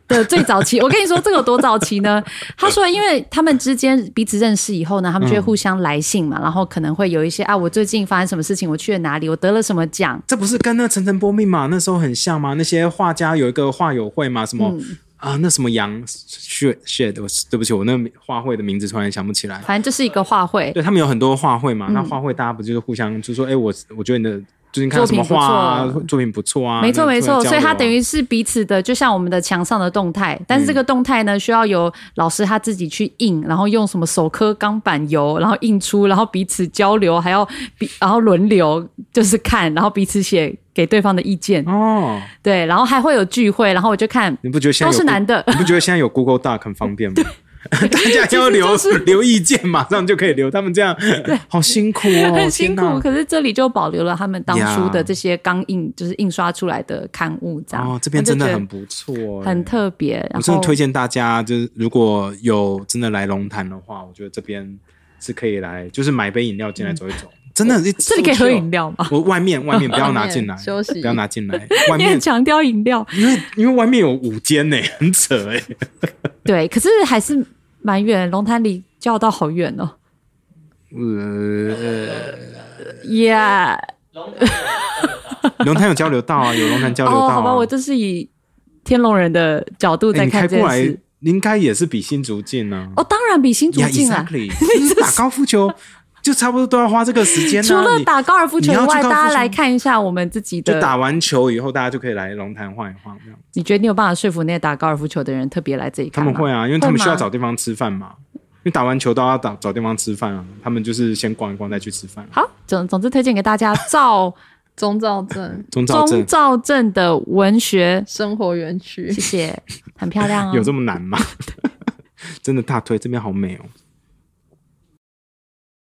Speaker 3: 的最早期，我跟你说这个有多早期呢？他说，因为他们之间彼此认识以后呢，他们就会互相来信
Speaker 2: 嗯
Speaker 3: 嘛，然后可能会有一些啊，我最近发生什么事情，我去了哪里，我得了什么奖，
Speaker 2: 这不是跟那层层波密码那时候很像吗？那些画家有一个画友会嘛，什么、啊，那什么杨 shit shit，我对不起，我那画会的名字突然想不起来。
Speaker 3: 反正就是一个画会。
Speaker 2: 对他们有很多画会嘛，那
Speaker 3: 嗯
Speaker 2: 画会大家不就是互相就说，哎、我我觉得你的最近看到什么画啊
Speaker 3: 作品不，
Speaker 2: 作品不错啊，
Speaker 3: 没错
Speaker 2: 那
Speaker 3: 没错，
Speaker 2: 出来交流啊嗯
Speaker 3: 所以它等于是彼此的，就像我们的墙上的动态，但是这个动态呢，需要由老师他自己去印，然后用什么手刻钢板油，然后印出，然后彼此交流，还要比然后轮流就是看，然后彼此写给对方的意见，
Speaker 2: 哦，
Speaker 3: 对，然后还会有聚会，然后我就看
Speaker 2: 你不觉得现在
Speaker 3: 都
Speaker 2: 有
Speaker 3: 是
Speaker 2: Google-
Speaker 3: 男的，
Speaker 2: 你不觉得现在有 Google Doc 很方便吗？ 大家要留、留意见，马上就可以留。他们这样 好辛苦哦，
Speaker 3: 很
Speaker 2: 天
Speaker 3: 辛苦，
Speaker 2: 哪
Speaker 3: 可是这里就保留了他们当初
Speaker 2: 呀
Speaker 3: 的这些钢印，就是印刷出来的刊物，这样。
Speaker 2: 哦，这边真的
Speaker 3: 我就觉得
Speaker 2: 很不错、哎
Speaker 3: 很特别。
Speaker 2: 我
Speaker 3: 然
Speaker 2: 真
Speaker 3: 后
Speaker 2: 的推荐大家，就是如果有真的来龙潭的话，我觉得这边是可以来，就是买杯饮料进来走一走。真的，
Speaker 3: 嗯这
Speaker 2: 这
Speaker 3: 里可以喝饮。料吗？
Speaker 2: 我外面外面不要拿进 来，
Speaker 1: 外面休息
Speaker 2: 不要拿进来。外
Speaker 3: 你
Speaker 2: 面
Speaker 3: 很强调饮料，
Speaker 2: 因为因为外面有五间呢、 很扯哎、
Speaker 3: 对，可是还是蛮远，龙潭离叫到好远哦。Yeah，
Speaker 2: 呃，龙潭有交流道啊，有龙潭交
Speaker 3: 哦，
Speaker 2: 流道、啊
Speaker 3: 好吧，我这是以天龙人的角度
Speaker 2: 哎
Speaker 3: 在
Speaker 2: 你
Speaker 3: 看
Speaker 2: 开
Speaker 3: 这
Speaker 2: 过
Speaker 3: 件
Speaker 2: 来
Speaker 3: 事。
Speaker 2: 应该也是比新竹近呢、啊。
Speaker 3: 哦，当然比新竹近啊。
Speaker 2: Yeah, exactly. 就是打高尔夫 球就差不多都要花这个时间、啊。
Speaker 3: 除了
Speaker 2: 你
Speaker 3: 打高尔夫球以
Speaker 2: 你要
Speaker 3: 外，
Speaker 2: 去高尔夫球
Speaker 3: 大家来看一下我们自己
Speaker 2: 就
Speaker 3: 的。
Speaker 2: 打完球以后，大家就可以来龙潭晃一晃。这样
Speaker 3: 你觉得你有办法说服那些打高尔夫球的人特别来这里
Speaker 2: 他
Speaker 3: 看吗？
Speaker 2: 们会啊，因为他们需要
Speaker 3: 会吗
Speaker 2: 找地方吃饭嘛。因为打完球都要找找地方吃饭啊，他们就是先逛一逛再去吃饭、啊。
Speaker 3: 好，总总之推荐给大家赵
Speaker 1: 宗造镇
Speaker 2: 中兆
Speaker 3: 宗
Speaker 2: 镇
Speaker 3: 兆镇的文学，
Speaker 1: 生活园区
Speaker 3: 谢谢，很漂亮哦。
Speaker 2: 有这么难吗？真的大推这边好美哦，